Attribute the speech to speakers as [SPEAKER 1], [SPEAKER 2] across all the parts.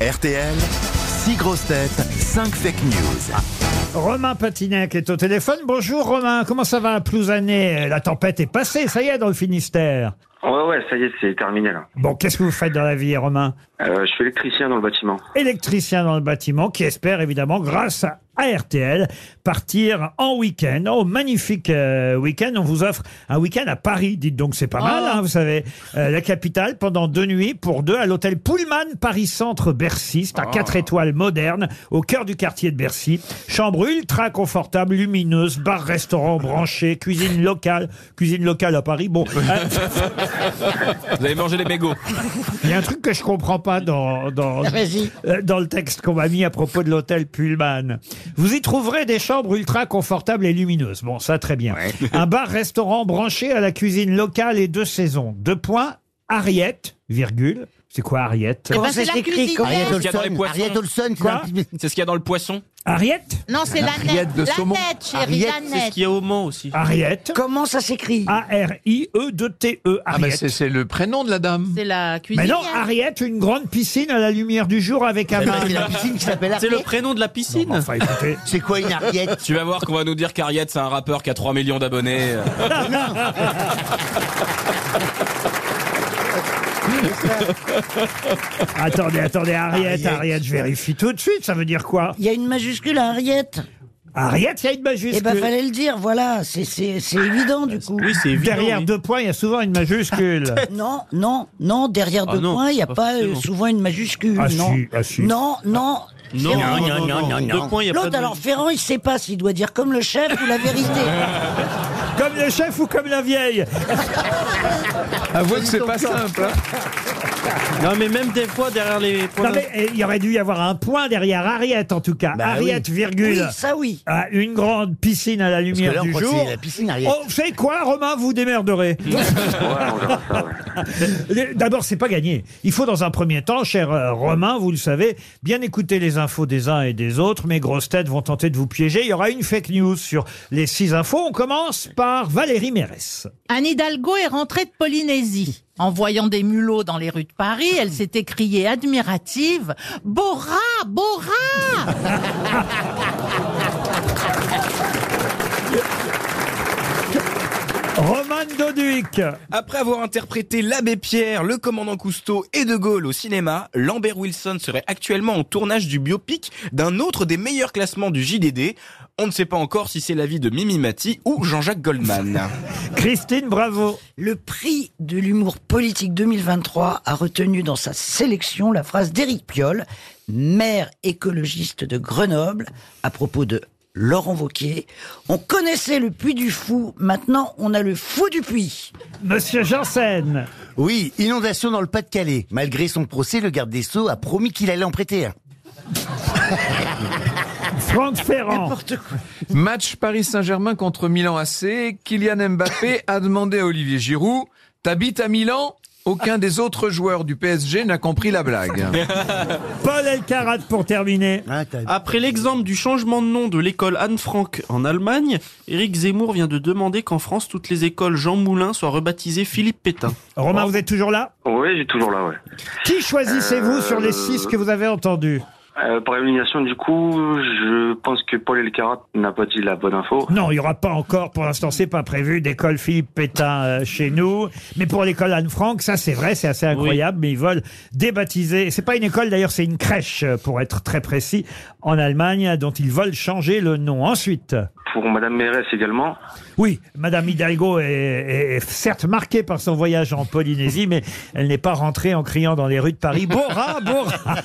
[SPEAKER 1] RTL, 6 grosses têtes, 5 fake news.
[SPEAKER 2] Romain Patinet qui est au téléphone. Bonjour Romain, comment ça va à Plouzané La tempête est passée, ça y est, dans le Finistère.
[SPEAKER 3] Ouais, ouais, ça y est, c'est terminé là.
[SPEAKER 2] Bon, qu'est-ce que vous faites dans la vie, Romain
[SPEAKER 3] Euh, je suis électricien dans le bâtiment.
[SPEAKER 2] Électricien dans le bâtiment qui espère évidemment, grâce à RTL, partir en week-end. Oh, magnifique euh, week-end. On vous offre un week-end à Paris. Dites donc, c'est pas mal, hein, vous savez. Euh, la capitale pendant deux nuits pour deux à l'hôtel Pullman Paris Centre Bercy. C'est un 4 étoiles moderne au cœur du quartier de Bercy. Chambre ultra confortable, lumineuse, bar-restaurant branché, cuisine locale. Cuisine locale à Paris. Bon. euh,
[SPEAKER 4] Vous avez mangé les mégots.
[SPEAKER 2] Il y a un truc que je comprends pas dans, dans, euh, dans le texte qu'on m'a mis à propos de l'hôtel Pullman. Vous y trouverez des chambres ultra confortables et lumineuses. Bon, ça, très bien. Un bar-restaurant branché à la cuisine locale et deux saisons. Deux points, Ariette, virgule. C'est quoi Ariette
[SPEAKER 5] Eh ben, c'est la cuisinière.
[SPEAKER 6] Ariette
[SPEAKER 4] Qu'il y a dans les
[SPEAKER 6] Olson.
[SPEAKER 4] poissons.
[SPEAKER 6] Ariette Olson,
[SPEAKER 2] Quoi
[SPEAKER 6] c'est un petit-
[SPEAKER 4] C'est ce qu'il y a dans le poisson.
[SPEAKER 2] Ariette
[SPEAKER 5] Non, c'est la
[SPEAKER 6] rillette
[SPEAKER 5] nette.
[SPEAKER 6] de
[SPEAKER 5] La
[SPEAKER 6] saumon.
[SPEAKER 5] nette, chérie,
[SPEAKER 6] Rillette,
[SPEAKER 5] la
[SPEAKER 6] c'est
[SPEAKER 5] nette.
[SPEAKER 4] y a au Mans aussi.
[SPEAKER 2] Ariette
[SPEAKER 6] Comment ça s'écrit
[SPEAKER 4] Ah.
[SPEAKER 2] E A-R-I-E-2-T-E,
[SPEAKER 7] Ah bah
[SPEAKER 2] Ariette.
[SPEAKER 7] c'est c'est le prénom de la dame.
[SPEAKER 5] C'est la
[SPEAKER 2] mais
[SPEAKER 5] cuisinière.
[SPEAKER 2] non, Ariette, une grande piscine à la lumière du jour avec un bain.
[SPEAKER 6] Eh ben, C'est la piscine qui s'appelle
[SPEAKER 4] C'est le
[SPEAKER 6] Ariette.
[SPEAKER 4] prénom de la piscine.
[SPEAKER 2] Enfin, écoutez,
[SPEAKER 6] C'est quoi une Ariette
[SPEAKER 4] Tu vas voir qu'on va nous dire qu'Ariette, c'est un rappeur qui a 3 millions d'abonnés. Euh,
[SPEAKER 2] attendez, attendez, Ariette, Ariette, je vérifie tout de suite. Ça veut dire quoi
[SPEAKER 8] Il y a une majuscule à Ariette.
[SPEAKER 2] Ariette, il y a une majuscule.
[SPEAKER 8] Eh ben, fallait le dire, voilà. C'est c'est- c'est évident, du coup.
[SPEAKER 4] c'est
[SPEAKER 2] Derrière deux points, il y a souvent une majuscule.
[SPEAKER 8] Non, non, non, derrière
[SPEAKER 4] Ah
[SPEAKER 8] deux
[SPEAKER 4] non,
[SPEAKER 8] points, il n'y a
[SPEAKER 4] pas
[SPEAKER 8] pas euh,
[SPEAKER 4] forcément.
[SPEAKER 8] souvent une majuscule.
[SPEAKER 2] Ah
[SPEAKER 8] non.
[SPEAKER 2] si, ah si.
[SPEAKER 8] non, non.
[SPEAKER 4] Non,
[SPEAKER 8] ah,
[SPEAKER 6] non, non, non, non, non.
[SPEAKER 4] Deux points, il y a pas
[SPEAKER 8] L'autre,
[SPEAKER 4] de...
[SPEAKER 8] alors Ferrand, il sait pas s'il doit dire comme le chef ou la vérité.
[SPEAKER 2] Comme le chef ou comme la vieille
[SPEAKER 7] Avouez que c'est pas simple. hein.
[SPEAKER 4] Non, mais même des fois, derrière les
[SPEAKER 2] Non mais eh, il y aurait dû y avoir un point derrière Ariette en tout cas.
[SPEAKER 6] Bah
[SPEAKER 2] Ariette,
[SPEAKER 8] oui,
[SPEAKER 2] virgule.
[SPEAKER 8] ça oui.
[SPEAKER 2] Ah, une grande piscine à la
[SPEAKER 6] Parce que
[SPEAKER 2] lumière
[SPEAKER 6] là, on
[SPEAKER 2] du
[SPEAKER 6] croit que
[SPEAKER 2] jour.
[SPEAKER 6] c'est la piscine Ariette.
[SPEAKER 2] Oh, vous savez quoi, Romain, vous démerderez.
[SPEAKER 3] Ouais, on verra ça, ouais.
[SPEAKER 2] Les- Euh, D'abord, c'est pas gagné. Il faut dans un premier temps, cher euh, Romain, vous le savez, bien écouter les infos des uns et des autres. Mes grosses têtes vont tenter de vous piéger. Il y aura une fake news sur les six infos. On commence par Valérie Mérès.
[SPEAKER 5] Anne Hidalgo est rentrée de Polynésie. En voyant des mulots dans les rues de Paris, elle s'est écriée admirative « Bora Bora
[SPEAKER 2] Roman Doduic.
[SPEAKER 4] Après avoir interprété l'abbé Pierre, le commandant Cousteau et De Gaulle au cinéma, Lambert Wilson serait actuellement en tournage du biopic d'un autre des meilleurs classements du JDD. On ne sait pas encore si c'est l'avis de Mimi Mati ou Jean-Jacques Goldman.
[SPEAKER 2] Christine Bravo.
[SPEAKER 8] Le prix de l'humour politique 2023 a retenu dans sa sélection la phrase d'Éric Piolle, maire écologiste de Grenoble, à propos de Laurent Vauquier. On connaissait le puits du fou, maintenant on a le fou du puits.
[SPEAKER 2] Monsieur Janssen.
[SPEAKER 6] Oui, inondation dans le Pas-de-Calais. Malgré son procès, le garde des Sceaux a promis qu'il allait en prêter un.
[SPEAKER 2] Franck Ferrand.
[SPEAKER 7] Match Paris Saint-Germain contre Milan AC. Kylian Mbappé a demandé à Olivier Giroud T'habites à Milan Aucun des autres joueurs du PSG n'a compris la blague.
[SPEAKER 2] Paul Elkarat pour terminer.
[SPEAKER 6] Ah, t'as-
[SPEAKER 9] Après l'exemple du changement de nom de l'école Anne Frank en Allemagne, Éric Zemmour vient de demander qu'en France, toutes les écoles Jean Moulin soient rebaptisées Philippe Pétain.
[SPEAKER 2] Romain, vous êtes toujours là
[SPEAKER 3] Ouais, j'ai toujours là, ouais.
[SPEAKER 2] Qui choisissez-vous sur les six que vous avez entendus
[SPEAKER 3] Euh, par élimination, du coup, je pense que Paul Elkarat n'a pas dit la bonne info.
[SPEAKER 2] Non, il n'y aura pas encore, pour l'instant, c'est pas prévu, d'école Philippe Pétain euh, chez nous. Mais pour l'école Anne-Franck, ça c'est vrai, c'est assez incroyable, mais ils veulent débaptiser. C'est pas une école d'ailleurs, c'est une crèche, euh, pour être très précis, en Allemagne, dont ils veulent changer le nom. Ensuite.
[SPEAKER 3] Pour Madame Mérès également.
[SPEAKER 2] Oui, Madame Hidalgo est, est- est certes marquée par son voyage en Polynésie, mais elle n'est pas rentrée en criant dans les rues de Paris. Bora, Bora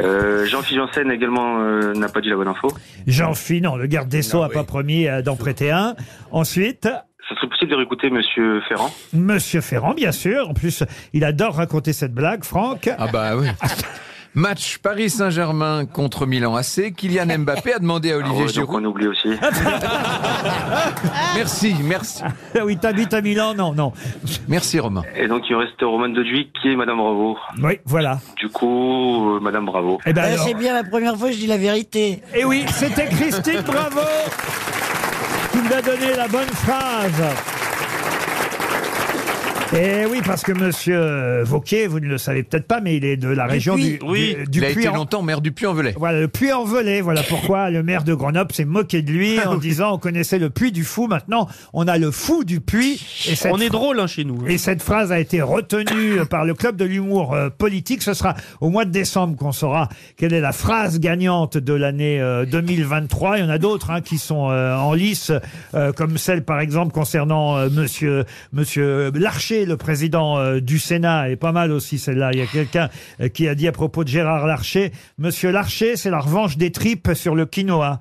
[SPEAKER 3] Euh, Jean-Philippe Janssen également euh, n'a pas dit la bonne info.
[SPEAKER 2] Jean Phil, non, le garde des Sceaux
[SPEAKER 4] Non,
[SPEAKER 2] a
[SPEAKER 4] oui.
[SPEAKER 2] pas promis euh, d'en prêter un. Ensuite,
[SPEAKER 3] Ça serait possible de réécouter Monsieur Ferrand.
[SPEAKER 2] Monsieur Ferrand, bien sûr. En plus, il adore raconter cette blague, Franck.
[SPEAKER 7] Ah bah oui. Match Paris Saint-Germain contre Milan AC. Kylian Mbappé a demandé à
[SPEAKER 3] Ah
[SPEAKER 7] Olivier
[SPEAKER 3] ouais, donc
[SPEAKER 7] Giroud.
[SPEAKER 3] on oublie aussi.
[SPEAKER 7] Merci, merci,
[SPEAKER 2] Ah oui, t'habites à Milan Non, non.
[SPEAKER 7] merci Romain.
[SPEAKER 3] Et donc il reste Roman Deduy qui est Madame Bravo.
[SPEAKER 2] Oui, voilà.
[SPEAKER 3] Du coup, euh, Madame Bravo.
[SPEAKER 2] Eh ben
[SPEAKER 9] Ah,
[SPEAKER 8] Eh,
[SPEAKER 2] alors.
[SPEAKER 8] c'est bien la première fois que je dis la vérité.
[SPEAKER 2] Eh oui, c'était Christine Bravo qui nous a donné la bonne phrase. Et Eh oui, parce que monsieur Vauquier, vous ne le savez peut-être pas, mais il est de la région du,
[SPEAKER 9] Oui.
[SPEAKER 2] du, du
[SPEAKER 7] Il a été
[SPEAKER 2] Puy-en-
[SPEAKER 7] longtemps maire du Puy-en-Velay.
[SPEAKER 2] Voilà, le puits en velay, voilà pourquoi le maire de Grenoble s'est moqué de lui
[SPEAKER 9] Ah
[SPEAKER 2] en disant on connaissait le puits du fou, maintenant on a le fou du puits. Et cette
[SPEAKER 9] On est
[SPEAKER 2] phrase-
[SPEAKER 9] drôle hein, chez nous.
[SPEAKER 2] et cette phrase a été retenue par le club de l'humour euh, politique. Ce sera au mois de décembre qu'on saura quelle est la phrase gagnante de l'année euh, 2023. Il y en a d'autres hein, qui sont euh, en lice, euh, comme celle par exemple concernant euh, Monsieur Monsieur Larcher, le président euh, du Sénat, et pas mal aussi celle-là. Il y a quelqu'un euh, qui a dit à propos de Gérard Larcher, Monsieur Larcher, c'est la revanche des tripes sur le quinoa.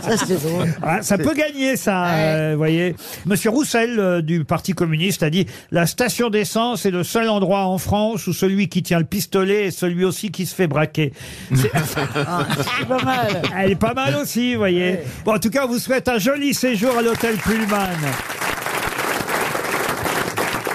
[SPEAKER 8] Ça, c'est drôle.
[SPEAKER 2] Ah, ça peut gagner, ça, euh, vous voyez. Monsieur Roussel, euh, du Parti communiste, a dit « La station d'essence est le seul endroit en France où celui qui tient le pistolet est celui aussi qui se fait braquer. C'est-
[SPEAKER 8] Ah, Pas mal.
[SPEAKER 2] Elle est pas mal aussi, vous voyez. Bon, en tout cas, on vous souhaite un joli séjour à l'hôtel Pullman.